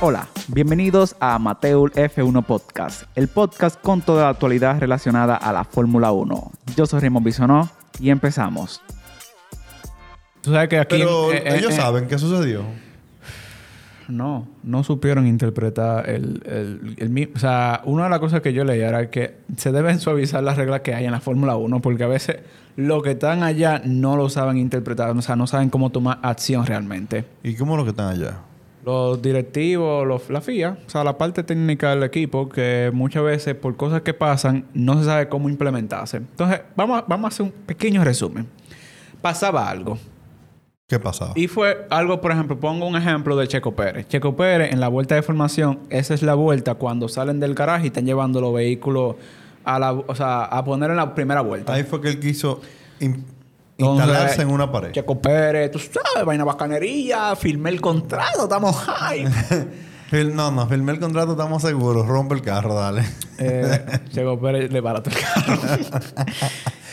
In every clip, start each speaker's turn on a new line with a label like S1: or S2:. S1: Hola, bienvenidos a Mateul F1 Podcast, el podcast con toda la actualidad relacionada a la Fórmula 1. Yo soy Raymond Bisonó y empezamos.
S2: Tú sabes que aquí.
S3: Pero
S2: eh, eh,
S3: ellos
S2: eh,
S3: saben qué sucedió.
S2: No, no supieron interpretar el, el, el mi- O sea, una de las cosas que yo leía era que se deben suavizar las reglas que hay en la Fórmula 1 porque a veces lo que están allá no lo saben interpretar, o sea, no saben cómo tomar acción realmente.
S3: ¿Y cómo lo que están allá?
S2: Los directivos, los, la FIA, o sea, la parte técnica del equipo, que muchas veces por cosas que pasan no se sabe cómo implementarse. Entonces, vamos a, vamos a hacer un pequeño resumen. Pasaba algo.
S3: ¿Qué pasaba?
S2: Y fue algo, por ejemplo, pongo un ejemplo de Checo Pérez. Checo Pérez en la vuelta de formación, esa es la vuelta cuando salen del garaje y están llevando los vehículos a la, o sea, a poner en la primera vuelta.
S3: Ahí fue que él quiso in-
S2: Entonces,
S3: instalarse en una pared.
S2: Checo Pérez, tú sabes, vaina bacanería, firmé el contrato, estamos high.
S3: Fil- No, no, firmé el contrato, estamos seguros. Rompe el carro, dale.
S2: Eh, Checo Pérez le barató el carro.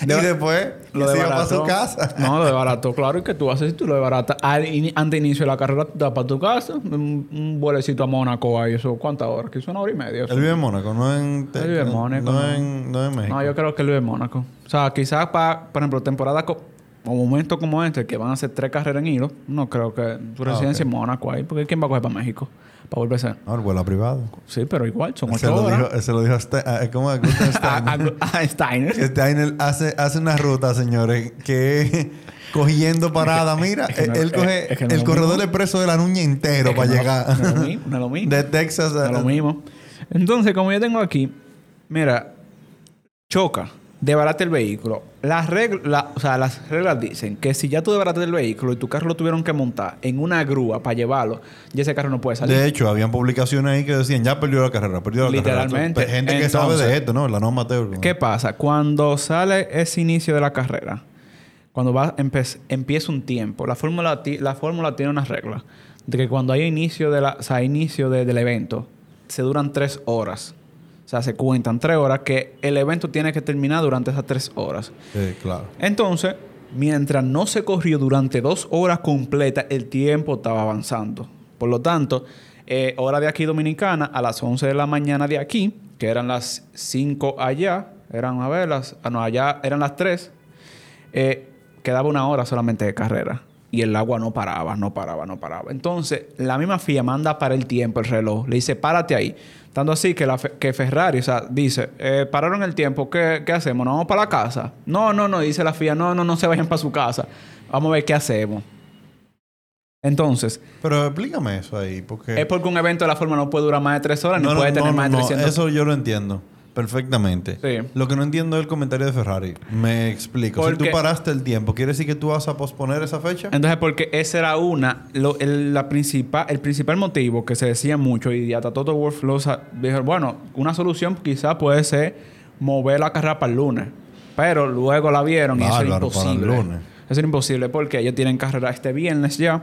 S3: y después lo se iba para
S2: desbarató.
S3: su casa.
S2: No, lo desbarató. Claro, ¿y que tú haces si tú lo desbaratas? Al ini- antes de inicio de la carrera, tú te vas para tu casa, un, un vuelecito a Mónaco ahí, eso, ¿cuántas horas? Que son una hora y media. eso.
S3: Él vive en Mónaco, no en...
S2: Él vive en Mónaco,
S3: No
S2: no.
S3: en, no en México.
S2: No, yo creo que lo de Mónaco. O sea, quizás para, por ejemplo, temporada co- o momentos como este, que van a hacer tres carreras en hilo, no creo que
S3: Ah,
S2: tu residencia en Mónaco ahí, porque ¿quién va a coger para México? Para volverse. a-
S3: No, él vuela privado.
S2: Sí, pero igual, son
S3: Él Se
S2: ocho
S3: lo,
S2: horas.
S3: dijo, él se lo dijo a Ste- a- ¿Cómo es? Gunther Steiner.
S2: A- a- a Steiner.
S3: Steiner Este hace, hace una ruta, señores, que cogiendo parada. Mira,
S2: es que no-
S3: él
S2: es-
S3: coge
S2: es que no es
S3: el
S2: lo
S3: corredor
S2: mismo.
S3: expreso de la nuña entero
S2: Es que
S3: para
S2: no-
S3: llegar.
S2: No es lo mismo. No es lo mismo.
S3: De Texas eh,
S2: No es
S3: a...
S2: lo mismo. Entonces, como yo tengo aquí, mira, choca, debarate el vehículo. Las reglas, o sea, las reglas dicen que si ya tú debarates el vehículo y tu carro lo tuvieron que montar en una grúa para llevarlo, ya ese carro no puede salir.
S3: De hecho, habían publicaciones ahí que decían, ya perdió la carrera, perdió la carrera.
S2: Literalmente.
S3: Entonces, Gente que
S2: Entonces,
S3: sabe de esto, ¿no? La no amateur. ¿no?
S2: ¿Qué pasa? Cuando sale ese inicio de la carrera, cuando va, empe- empieza un tiempo, la fórmula, ti- la fórmula tiene unas reglas de que cuando hay inicio, de la, o sea, inicio de- del evento, se duran tres horas. O sea, se cuentan tres horas que el evento tiene que terminar durante esas tres horas.
S3: Sí, Eh, claro.
S2: Entonces, mientras no se corrió durante dos horas completas, el tiempo estaba avanzando. Por lo tanto, eh, hora de aquí dominicana, a las 11 de la mañana de aquí, que eran las 5 allá, eran, a ver, las, ah, no, allá eran las 3, eh, quedaba una hora solamente de carrera. Y el agua no paraba, no paraba, no paraba. Entonces, la misma FIA manda para el tiempo el reloj. Le dice, párate ahí. Tanto así que, la Fe- que Ferrari, o sea, dice, eh, pararon el tiempo, ¿qué, qué hacemos? ¿Nos vamos para la casa? No, no, no, dice la FIA, no, no, no se vayan para su casa. Vamos a ver qué hacemos. Entonces,
S3: Pero explícame eso ahí, porque...
S2: es porque un evento de la forma no puede durar más de tres horas,
S3: No,
S2: ni
S3: no,
S2: puede tener
S3: no,
S2: más de
S3: no,
S2: 300
S3: Eso yo lo entiendo perfectamente.
S2: Sí.
S3: Lo que no entiendo es el comentario de Ferrari. Me explico. Si
S2: Porque-
S3: tú paraste el tiempo, ¿quiere decir que tú vas a posponer esa fecha?
S2: Entonces, porque esa era una, lo- el, la principal, el principal motivo que se decía mucho y hasta Toto Wolff lo sa- dijo, bueno, una solución quizá puede ser mover la carrera para el lunes. Pero luego la vieron y eso era
S3: Bárbaro, para el
S2: imposible.
S3: lunes.
S2: Eso era imposible porque ellos tienen carrera este viernes ya.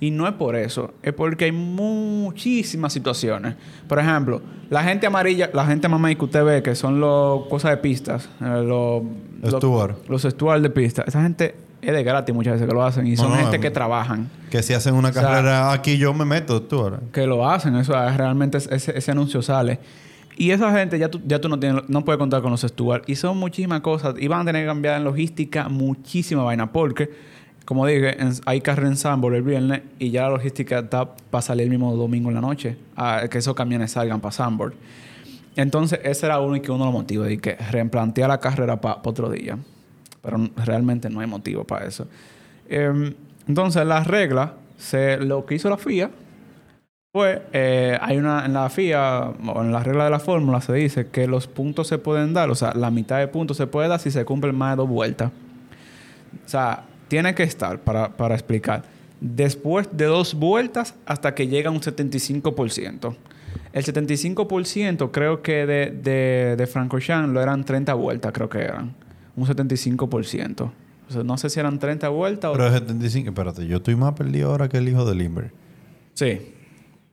S2: Y no es por eso, es porque hay muchísimas situaciones. Por ejemplo, la gente amarilla, la gente mamá que usted ve, que son los cosas de pistas, eh, los los-
S3: Steward.
S2: los stewards de pista, esa gente es de gratis muchas veces que lo hacen y
S3: No,
S2: son
S3: no,
S2: gente
S3: em-
S2: que trabajan,
S3: Que si hacen una
S2: sea-
S3: carrera aquí, yo me meto, tú ahora.
S2: que lo hacen, eso es- realmente es- ese, ese anuncio sale. Y esa gente ya tú, ya tú no tienes, no puedes contar con los stewards y son muchísimas cosas y van a tener que cambiar en logística muchísima vaina porque como dije, en- hay carrera en Sambor el viernes y ya la logística está para salir el mismo domingo en la noche, a que esos camiones salgan para Sambor. Entonces, ese era uno y que uno lo motivos y que replantear la carrera para otro día. Pero n- realmente no hay motivo para eso. Em, entonces, las reglas, se, lo que hizo la FIA fue, eh, hay una, en la FIA, o en la regla de la fórmula, se dice que los puntos se pueden dar, o sea, la mitad de puntos se puede dar si se cumplen más de dos vueltas. O sea, tiene que estar, para, para explicar, después de dos vueltas hasta que llega a un 75%. El 75% creo que de, de, de Francochamp lo eran 30 vueltas, creo que eran. Un 75%. O sea, no sé si eran 30 vueltas o...
S3: Pero 75, espérate, yo estoy más perdido ahora que el hijo de Limber.
S2: sí.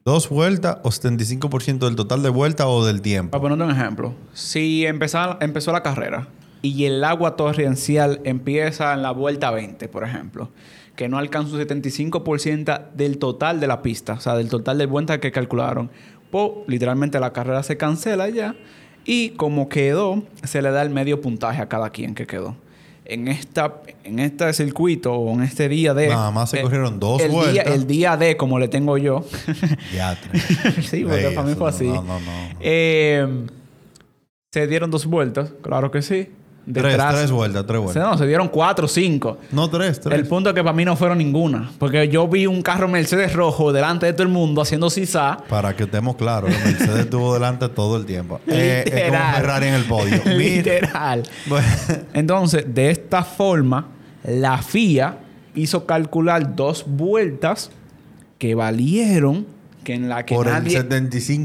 S3: ¿Dos vueltas o 75% del total de vueltas o del tiempo?
S2: Para ponerte un ejemplo. Si empezaba- empezó la carrera y el agua torrencial empieza en la vuelta 20, por ejemplo. que no alcanza un 75% del total de la pista, o sea, del total de vueltas que calcularon. Pues literalmente la carrera se cancela ya y como quedó, se le da el medio puntaje a cada quien que quedó. En, esta, en este circuito o en este día de...
S3: Nada más se corrieron dos
S2: el día-
S3: vueltas.
S2: el día de, como le tengo yo,
S3: Diatre.
S2: sí, porque
S3: Ey,
S2: para mí
S3: eso
S2: fue
S3: no,
S2: así.
S3: no, no, no.
S2: Eh, se dieron dos vueltas, claro que sí.
S3: Tres,
S2: Detrás-
S3: tres vueltas, tres
S2: Se-
S3: vueltas.
S2: No, se dieron cuatro, cinco.
S3: No, tres, tres.
S2: El punto es que para mí no fueron ninguna. Porque yo vi un carro Mercedes rojo delante de todo el mundo haciendo sisa.
S3: Para que estemos claros, el Mercedes estuvo delante todo el tiempo. Eh, es como
S2: Literal.
S3: un Ferrari en el podio. Mira.
S2: Literal.
S3: Bueno,
S2: Entonces, de esta forma, la FIA hizo calcular dos vueltas que valieron que en la que
S3: por
S2: nadie...
S3: el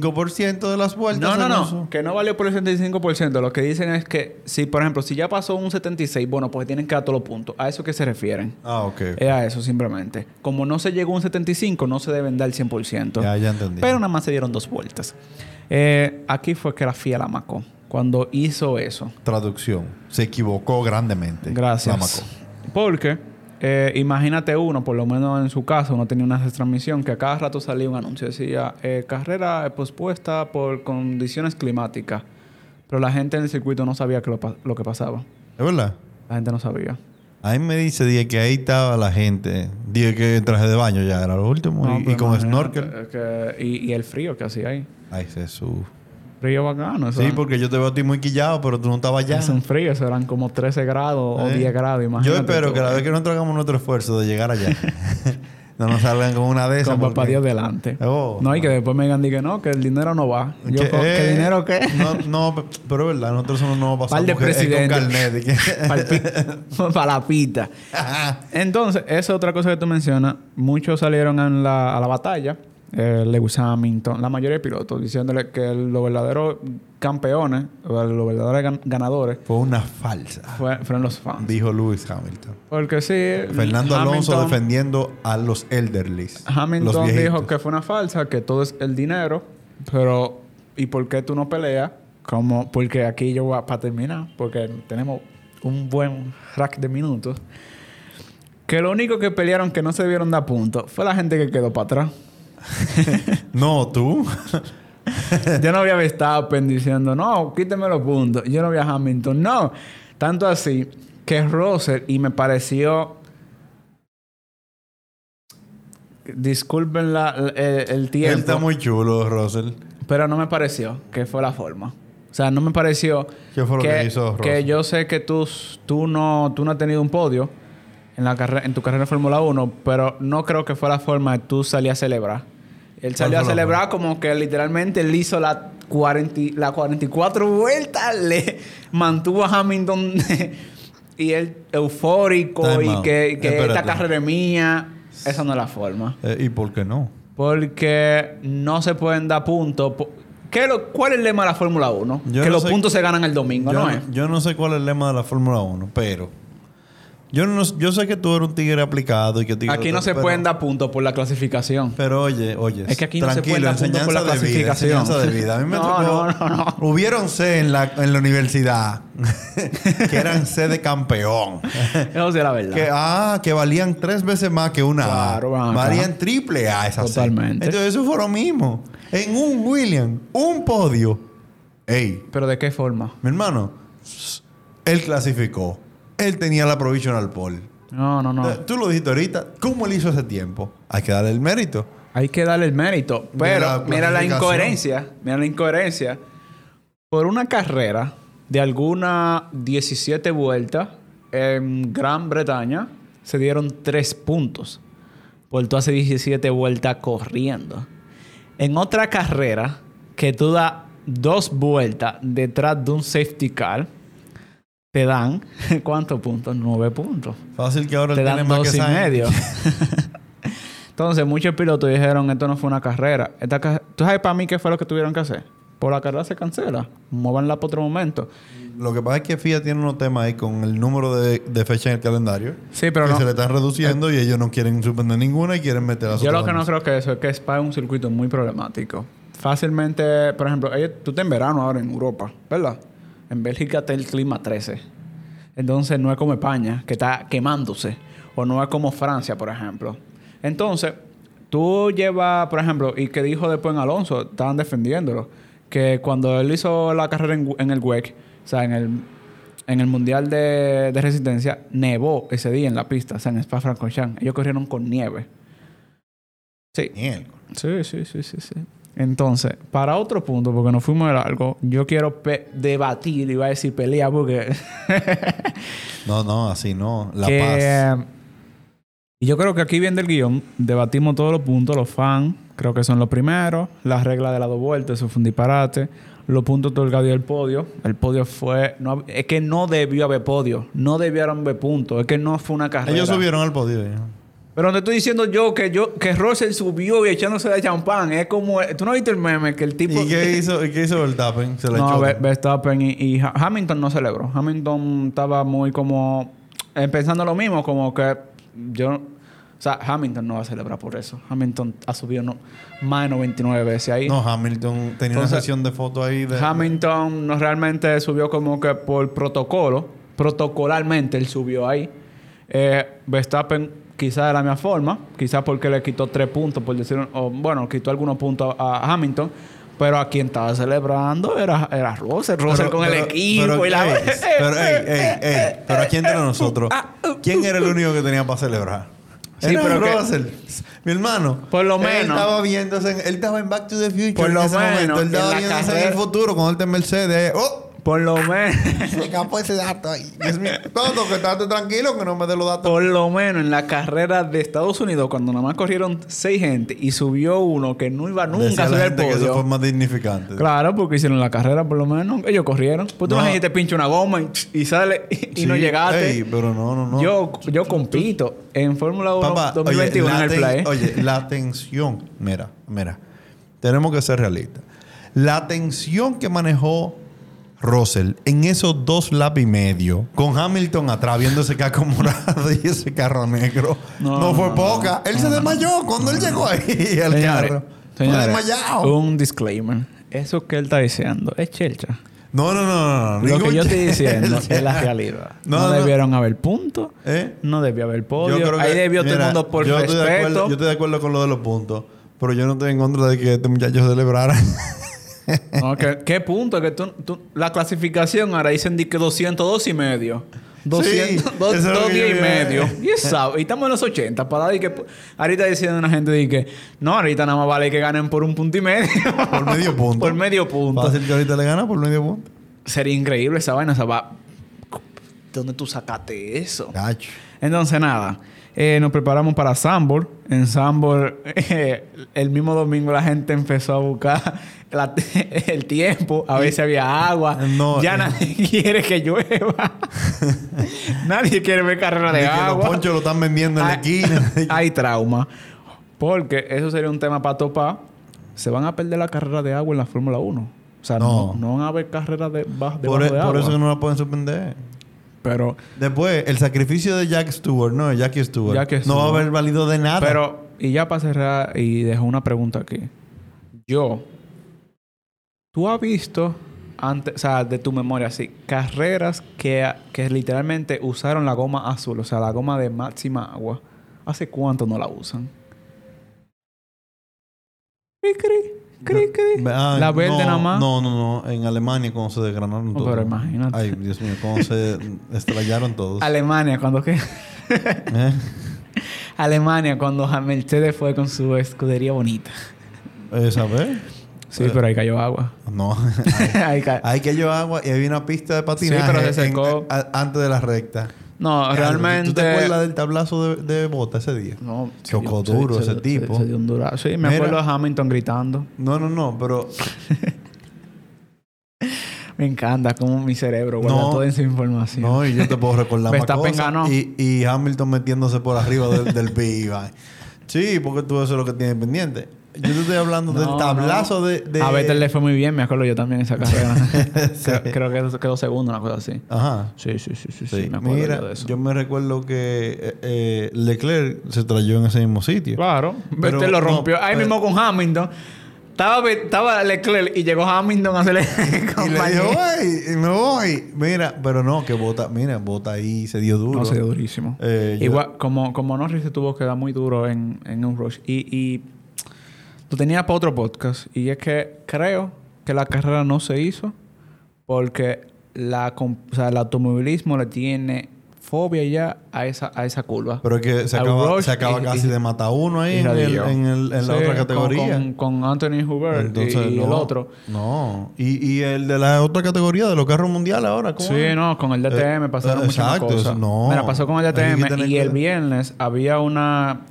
S3: 75% de las vueltas.
S2: No, no, no.
S3: hermoso.
S2: Que no valió por el 75%. Lo que dicen es que, si por ejemplo, si ya pasó un 76, bueno, pues tienen que dar todos los puntos. A eso que se refieren.
S3: Ah, ok.
S2: Es a eso simplemente. Como no se llegó a un 75, no se deben dar el 100%.
S3: Ya, ya entendí.
S2: Pero nada más se dieron dos vueltas. Eh, aquí fue que la FIA la macó. Cuando hizo eso.
S3: Traducción. Se equivocó grandemente.
S2: Gracias.
S3: Lamaco.
S2: Porque eh, imagínate uno, por lo menos en su caso, uno tenía una transmisión que a cada rato salía un anuncio. Decía, eh, carrera pospuesta por condiciones climáticas. Pero la gente en el circuito no sabía que lo, pa- lo que pasaba.
S3: ¿Es verdad?
S2: La gente no sabía.
S3: A mí me dice dije, que ahí estaba la gente. Dije que en traje de baño ya era lo último.
S2: No,
S3: y,
S2: pero
S3: y con
S2: imagínate,
S3: snorkel.
S2: eh, que- y, y el frío que hacía ahí.
S3: Ay, Jesús.
S2: Frío bacano. eso
S3: Sí,
S2: era-
S3: porque yo te veo a ti muy quillado, pero tú no estabas allá.
S2: Es un frío, eso eran como 13 grados o
S3: Eh,
S2: 10 grados, imagínate.
S3: Yo espero
S2: tú.
S3: que la vez que nosotros hagamos nuestro esfuerzo de llegar allá, no nos salgan con una de esas.
S2: Con papá
S3: porque-
S2: Dios delante.
S3: Oh,
S2: no, y que
S3: no.
S2: después me digan di que no, que el dinero no va. Yo,
S3: Que,
S2: co- ¿Qué
S3: eh,
S2: dinero qué?
S3: No, no, pero es verdad, nosotros somos nuevos
S2: Par
S3: pasados.
S2: de
S3: porque es con
S2: presidentes.
S3: carnet. de que-
S2: Para la pita. Entonces, esa es otra cosa que tú mencionas. Muchos salieron en la- a la batalla. Eh, Lewis Hamilton, la mayoría de pilotos, diciéndole que los verdaderos campeones, o los verdaderos gan- ganadores,
S3: Fue una falsa,
S2: fue- fueron los fans.
S3: dijo Lewis Hamilton.
S2: Porque sí.
S3: Fernando Alonso
S2: Hamilton-
S3: defendiendo a los elderlies. los
S2: Hamilton
S3: viejitos.
S2: dijo que fue una falsa, que todo es el dinero, pero ¿y por qué tú no peleas? Como, porque aquí yo voy a, para terminar, porque tenemos un buen rack de minutos. Que lo único que pelearon que no se debieron dar puntos fue la gente que quedó para atrás.
S3: No, tú.
S2: Yo no había a Verstappen diciendo, no, quíteme los puntos. Yo no había a Hamilton. No. Tanto así que Russell, y me pareció. Disculpen la- la- el, el tiempo.
S3: Él está muy chulo, Russell.
S2: Pero no me pareció que fue la forma. O sea, no me pareció
S3: ¿Qué fue lo que hizo
S2: que
S3: Russell?
S2: yo sé que tú, tú, no, tú no has tenido un podio en, la carre- en tu carrera de Fórmula 1, pero no creo que fue la forma de tú salir a celebrar. Él salió a
S3: fue la
S2: celebrar como que literalmente él hizo la, 40, y- la 44 vueltas, le mantuvo a Hamilton y él eufórico
S3: Time
S2: y
S3: out.
S2: que, que esta
S3: Espérate.
S2: carrera es mía. Esa no es la forma.
S3: Eh, ¿Y por qué no?
S2: Porque no se pueden dar puntos. Po- ¿Qué lo- ¿Cuál es el lema de la Fórmula 1?
S3: Yo
S2: que
S3: no
S2: los
S3: sé-
S2: puntos se ganan el domingo,
S3: yo,
S2: ¿no,
S3: no-
S2: es?
S3: yo no sé cuál es el lema de la Fórmula 1, pero yo no yo sé que tú eres un tigre aplicado y que tigre-
S2: Aquí no se
S3: pero-
S2: pueden dar puntos por la clasificación.
S3: Pero oye, oye,
S2: Es que aquí no se
S3: tranquilo,
S2: pueden dar puntos por la
S3: enseñanza de vida,
S2: clasificación.
S3: enseñanza de vida. A mí me
S2: No,
S3: tocó-
S2: no, no, no.
S3: Hubieron C en la, en la universidad que eran C de campeón.
S2: Eso sí es la verdad.
S3: Que, ah, que valían tres veces más que una A.
S2: Claro, van acá.
S3: Valían triple A esas C.
S2: Totalmente.
S3: Entonces eso fue lo mismo. En un William, un podio. Ey,
S2: Pero ¿de qué forma?
S3: mi hermano, él clasificó. Él tenía la provisional pole.
S2: No, no, no.
S3: Eh, Tú lo dijiste ahorita. ¿Cómo él hizo ese tiempo? Hay que darle el mérito.
S2: Hay que darle el mérito.
S3: De
S2: Pero
S3: la
S2: mira la
S3: clasificación.
S2: incoherencia. Mira la incoherencia. Por una carrera de alguna 17 vueltas en Gran Bretaña, se dieron 3 puntos. Por tú hace 17 vueltas corriendo. En otra carrera que tú das dos vueltas detrás de un safety car, te dan, ¿cuántos puntos? 9 puntos
S3: Fácil que ahora
S2: te
S3: él tiene
S2: dan
S3: más que
S2: dos y
S3: esa gente.
S2: medio. Entonces, muchos pilotos dijeron, esto no fue una carrera. Esta ca- ¿Tú sabes para mí qué fue lo que tuvieron que hacer? Por la carrera se cancela. Muévanla para otro momento.
S3: Lo que pasa es que FIA tiene unos temas ahí con el número de, de fecha en el calendario.
S2: Sí, pero
S3: que
S2: no. Eh.
S3: se le están reduciendo y ellos no quieren suspender ninguna y quieren meter a
S2: Yo lo que no creo que eso es que Spa es un circuito muy problemático. Fácilmente, por ejemplo, ellos- tú estás en verano ahora en Europa, ¿verdad? En Bélgica está el clima 13. Entonces no es como España, que está quemándose. o no es como Francia, por ejemplo. Entonces, tú llevas, por ejemplo, y que dijo después en Alonso, estaban defendiéndolo, que cuando él hizo la carrera en, en el WEC, o sea, en el, en el Mundial de, de Resistencia, nevó ese día en la pista, o sea, en Spa-Francorchamps. Ellos corrieron con nieve. Sí.
S3: Miércoles.
S2: Sí, sí, sí, sí, sí. Entonces, para otro punto, porque nos fuimos de largo, yo quiero pe- debatir, iba a decir pelea, porque...
S3: No, no, así no. La paz.
S2: que- eh, Y yo creo que aquí viene el guión, debatimos todos los puntos, los fans, creo que son los primeros, las reglas de la dos vueltas, eso fue un disparate, los puntos otorgados y el podio, el podio fue... no hab- es que no debió haber podio, no debieron haber puntos, es que no fue una carrera.
S3: Ellos subieron al podio. ya.
S2: Pero no estoy diciendo yo que yo que Russell subió y echándose de champán. Es como... ¿Tú no viste el meme? Que el tipo...
S3: ¿Y qué hizo, y qué hizo Verstappen? Se la
S2: no,
S3: echó.
S2: Ve- Verstappen y, y Ha- Hamilton no celebró. Hamilton estaba muy como... eh, pensando lo mismo, como que yo... O sea, Hamilton no va a celebrar por eso. Hamilton ha subido no- más de 99 veces ahí.
S3: No, Hamilton tenía una
S2: Entonces,
S3: sesión de fotos ahí de.
S2: Hamilton no realmente subió como que por protocolo, protocolarmente él subió ahí. Eh, Verstappen quizás de la misma forma, quizás porque le quitó tres puntos, por decir, o, bueno, quitó algunos puntos a, a Hamilton, pero a quien estaba celebrando era, era Russell, Russell
S3: Pero-
S2: con el
S3: pero-
S2: equipo
S3: pero,
S2: y la...
S3: ey, pero, ey, ey, ey, pero aquí entre nosotros,
S2: Ah,
S3: ¿quién era el único que tenía para celebrar?
S2: uh, Sí,
S3: Era
S2: pero que-
S3: Russell. Mi hermano.
S2: Por lo
S3: Él
S2: menos.
S3: estaba viéndose. en- él estaba en Back to the Future.
S2: Por lo
S3: en ese
S2: menos,
S3: Momento. Él
S2: en
S3: estaba
S2: la
S3: viéndose en
S2: carrera.
S3: el futuro con el de Mercedes. ¡Oh!
S2: Por lo menos...
S3: Se escapó ese dato ahí. Dios mío. Todo, que estate tranquilo que no me dé los datos.
S2: Por lo menos en la carrera de Estados Unidos, cuando nada más corrieron seis gente y subió uno que no iba nunca
S3: Decía
S2: a
S3: la
S2: subir al
S3: gente que eso
S2: podio.
S3: fue más dignificante.
S2: Claro, porque hicieron la carrera por lo menos. Ellos corrieron. Pues tú
S3: No.
S2: imaginas que te pincha una goma y, y sale y, no
S3: Sí,
S2: llegaste.
S3: ey, pero no, no, no.
S2: Yo, yo compito en Fórmula 1
S3: Papá,
S2: 2021
S3: oye,
S2: en
S3: la
S2: el
S3: ten-
S2: Play.
S3: Oye, la tensión, mira, mira, tenemos que ser realistas. La tensión que manejó Russell en esos dos laps y medio, con Hamilton atrás viendo ese carro morado y ese carro negro,
S2: No,
S3: no,
S2: no,
S3: fue
S2: no,
S3: poca. él se desmayó cuando él llegó ahí al
S2: Señores,
S3: carro. Fue
S2: señores,
S3: desmayado.
S2: un disclaimer. Eso que él está diciendo es chelcha.
S3: No, no, no, no, no.
S2: Lo que
S3: ningún
S2: yo estoy diciendo
S3: chiste.
S2: es la realidad. No,
S3: No, no.
S2: debieron haber puntos.
S3: ¿Eh?
S2: No debió haber
S3: Yo
S2: podio.
S3: creo
S2: Ahí
S3: que-
S2: debió todo el
S3: mira,
S2: mundo por
S3: yo
S2: respeto.
S3: estoy de acuerdo- yo estoy de acuerdo con lo de los puntos, pero yo no estoy en contra de que este muchacho celebrara.
S2: No, ¿qué, qué punto? Que tú, tú- la clasificación ahora dicen di que 202 y medio. 200,
S3: Sí,
S2: dos-
S3: eso es lo
S2: 210
S3: que yo
S2: y
S3: vi.
S2: medio. Y esa- y estamos en los 80 para di que ahorita diciendo una gente di que no, ahorita nada más vale que ganen por un punto y medio.
S3: Por medio punto.
S2: por medio punto.
S3: Fácil que ahorita le gana por medio punto.
S2: Sería increíble esa vaina, esa va ¿De dónde tú sacaste eso?
S3: Cacho.
S2: Entonces, nada. eh, nos preparamos para Sambor. En Sambor, eh, el mismo domingo la gente empezó a buscar la- el tiempo, a ver si había agua.
S3: No,
S2: ya
S3: eh.
S2: nadie quiere que llueva. nadie quiere ver carrera de
S3: Ni que los
S2: agua. Ah.
S3: ponchos lo están vendiendo en la
S2: Hay-
S3: esquina.
S2: Hay trauma. Porque eso sería un tema para topar. Se van a perder la carrera de agua en la Fórmula 1. O sea, no,
S3: No.
S2: no van a haber carreras de, bajo
S3: por, e-
S2: de agua.
S3: por eso que no la pueden suspender.
S2: Pero
S3: Después, el sacrificio de Jack Stewart, no, de Jackie Stewart.
S2: Jackie
S3: No va a
S2: Stewart.
S3: haber valido de nada.
S2: Pero, y ya para cerrar, y dejo una pregunta aquí. Yo, ¿tú has visto, antes, o sea, de tu memoria, así, carreras que, que literalmente usaron la goma azul, o sea, la goma de máxima agua? ¿Hace cuánto no la usan? Cri, cri, cri, cri.
S3: Ah,
S2: La verde
S3: no,
S2: nada más.
S3: No, no, no. En Alemania, cuando se desgranaron
S2: No,
S3: todos.
S2: pero imagínate.
S3: Ay, Dios mío, cómo se estrellaron todos.
S2: Alemania, cuando que
S3: ¿Eh?
S2: Alemania, cuando Mercedes fue con su escudería bonita.
S3: Eh, ¿Sabes?
S2: Sí, pero ahí cayó agua. Ah,
S3: No.
S2: Ahí ca-
S3: Hay que llevar agua y había una pista de patinaje
S2: pero se
S3: en-
S2: secó.
S3: a- antes de la recta.
S2: No,
S3: Claro,
S2: realmente.
S3: ¿Tú te acuerdas del tablazo de, de bota ese día?
S2: No,
S3: Chocó
S2: se-
S3: duro
S2: se-
S3: ese
S2: se-
S3: tipo.
S2: se dio un durazo. Sí, me
S3: Mira.
S2: acuerdo a Hamilton gritando.
S3: No, no, no, pero
S2: Me encanta cómo mi cerebro guarda
S3: No.
S2: toda esa información.
S3: no, y yo te puedo recordar más
S2: Verstappen
S3: cosas.
S2: ganó.
S3: Y, y Hamilton metiéndose por arriba del, del PI, va. Sí, porque tú eso es lo que tienes pendiente. Yo te estoy hablando
S2: No,
S3: del tablazo
S2: no.
S3: de, de-
S2: A Vettel le fue muy bien, me acuerdo yo también esa carrera. Creo- Creo que quedó segundo, una cosa así.
S3: Ajá.
S2: Sí, sí, sí, sí, sí,
S3: Sí.
S2: me acuerdo
S3: Mira,
S2: yo de eso.
S3: yo me recuerdo que eh, eh, Leclerc se trayó en ese mismo sitio.
S2: Claro,
S3: Pero
S2: Vettel lo
S3: no,
S2: rompió ahí
S3: pero-
S2: mismo con Hamilton. Estaba, Pe- estaba Leclerc y llegó Hamilton a hacerle
S3: Y le
S2: compañía.
S3: dijo, "Ay, me voy. Mira, pero no, que bota, mira, bota ahí, se dio duro.
S2: No, se dio durísimo.
S3: Eh, yo-
S2: Igual, como, como Norris se tuvo que dar muy duro en, en un rush. Y, y lo tenía para otro podcast. Y es que creo que la carrera no se hizo porque la, com- o sea, el automovilismo le tiene fobia ya a esa, a esa curva.
S3: Pero es que se
S2: Al
S3: acaba,
S2: rush
S3: se acaba
S2: y-
S3: casi
S2: y-
S3: de matar uno ahí
S2: y
S3: en, el-
S2: Radillo.
S3: en el- en la
S2: Sí,
S3: otra
S2: con-
S3: categoría.
S2: Con, con Anthony Hubert
S3: Entonces,
S2: y, y el
S3: no,
S2: otro.
S3: No. Y, y el de la otra categoría, de los carros mundiales ahora, ¿cómo?
S2: Sí,
S3: es?
S2: no, con el DTM
S3: Eh,
S2: pasaron
S3: eh,
S2: muchas más
S3: exacto,
S2: cosas.
S3: no.
S2: Mira, pasó con el
S3: Hay que
S2: DTM
S3: tener
S2: y el
S3: cuidado.
S2: viernes había una...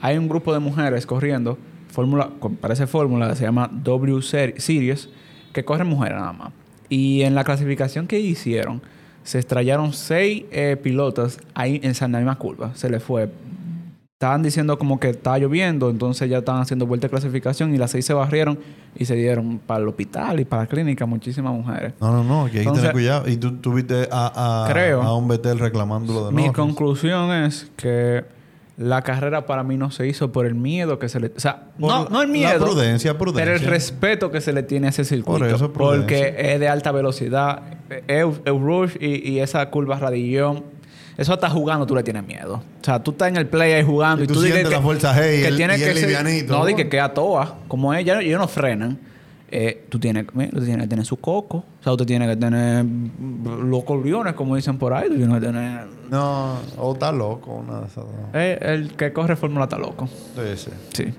S2: Hay un grupo de mujeres corriendo, fórmula, con- parece fórmula, se llama W Ser- Series, que corren mujeres nada más. Y en la clasificación que hicieron, se estrellaron seis eh, pilotas ahí en esa misma curva. Se les fue Estaban diciendo como que estaba lloviendo, entonces ya estaban haciendo vuelta de clasificación y las seis se barrieron y se dieron para el hospital y para la clínica muchísimas mujeres.
S3: No, no, no, que hay que
S2: Entonces-
S3: tener cuidado. Y tú tuviste a, a,
S2: Creo.
S3: a un Betel reclamándolo de
S2: Mi
S3: Norris.
S2: conclusión es que la carrera para mí no se hizo por el miedo que se le... O sea,
S3: Por
S2: no, no el
S3: la
S2: miedo.
S3: prudencia, prudencia.
S2: Pero el respeto que se le tiene a ese circuito.
S3: Por eso, prudencia.
S2: porque es de alta velocidad. Es un rush y, y esa curva radillón. Eso hasta jugando tú le tienes miedo. O sea, tú estás en el play ahí jugando
S3: Y
S2: y,
S3: tú
S2: tú, dices
S3: sientes la fuerza G y el- y el
S2: ser-
S3: livianito.
S2: No, di que queda toa. Como ella, ellos no frenan. Eh, tú tienes, mira, tú tienes que tener su coco. O sea, tú tienes que tener mm, los coliones, como dicen por ahí. Tú tienes que tener
S3: No, o está loco, una de esas dos.
S2: eh, el que corre Fórmula está loco.
S3: Sí, sí.
S2: Sí.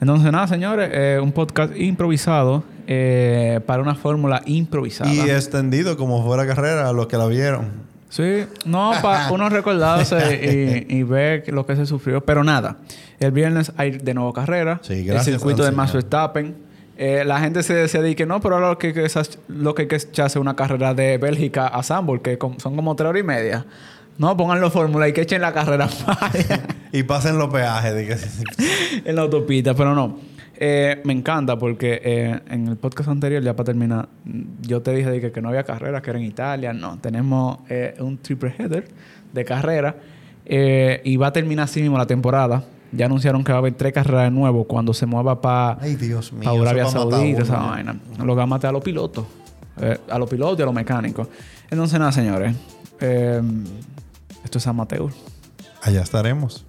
S2: Entonces, nada, señores, eh, un podcast improvisado eh, para una fórmula improvisada.
S3: Y extendido como fuera carrera a los que la vieron.
S2: Sí, no, para uno recordarse y, y ver lo que se sufrió. Pero nada, el viernes hay de nuevo carrera.
S3: Sí, gracias
S2: El circuito
S3: al
S2: de Max
S3: Señor.
S2: Verstappen. Eh, la gente se, se dice que no, pero ahora lo que, que esas- lo que hay que echarse una carrera de Bélgica a Sambor, que com- son como tres horas y media. No, pónganlo fórmula y que echen la carrera
S3: Y pasen los peajes. de que-
S2: en la autopista, pero no. Eh, me encanta porque eh, en el podcast anterior, ya para terminar, mm, yo te dije de que, que no había carreras, que era en Italia. No, tenemos eh, un triple header de carrera eh, y va a terminar así mismo la temporada. Ya anunciaron que va a haber tres carreras de nuevo cuando se mueva para
S3: Ay, Dios mío. eso
S2: Arabia
S3: va a matar
S2: Saudita,
S3: uno,
S2: esa
S3: ya.
S2: vaina. Lo que va a matar a los pilotos. Eh, a los pilotos y a los mecánicos. Entonces, nada, señores. Eh, esto es amateur.
S3: Allá estaremos.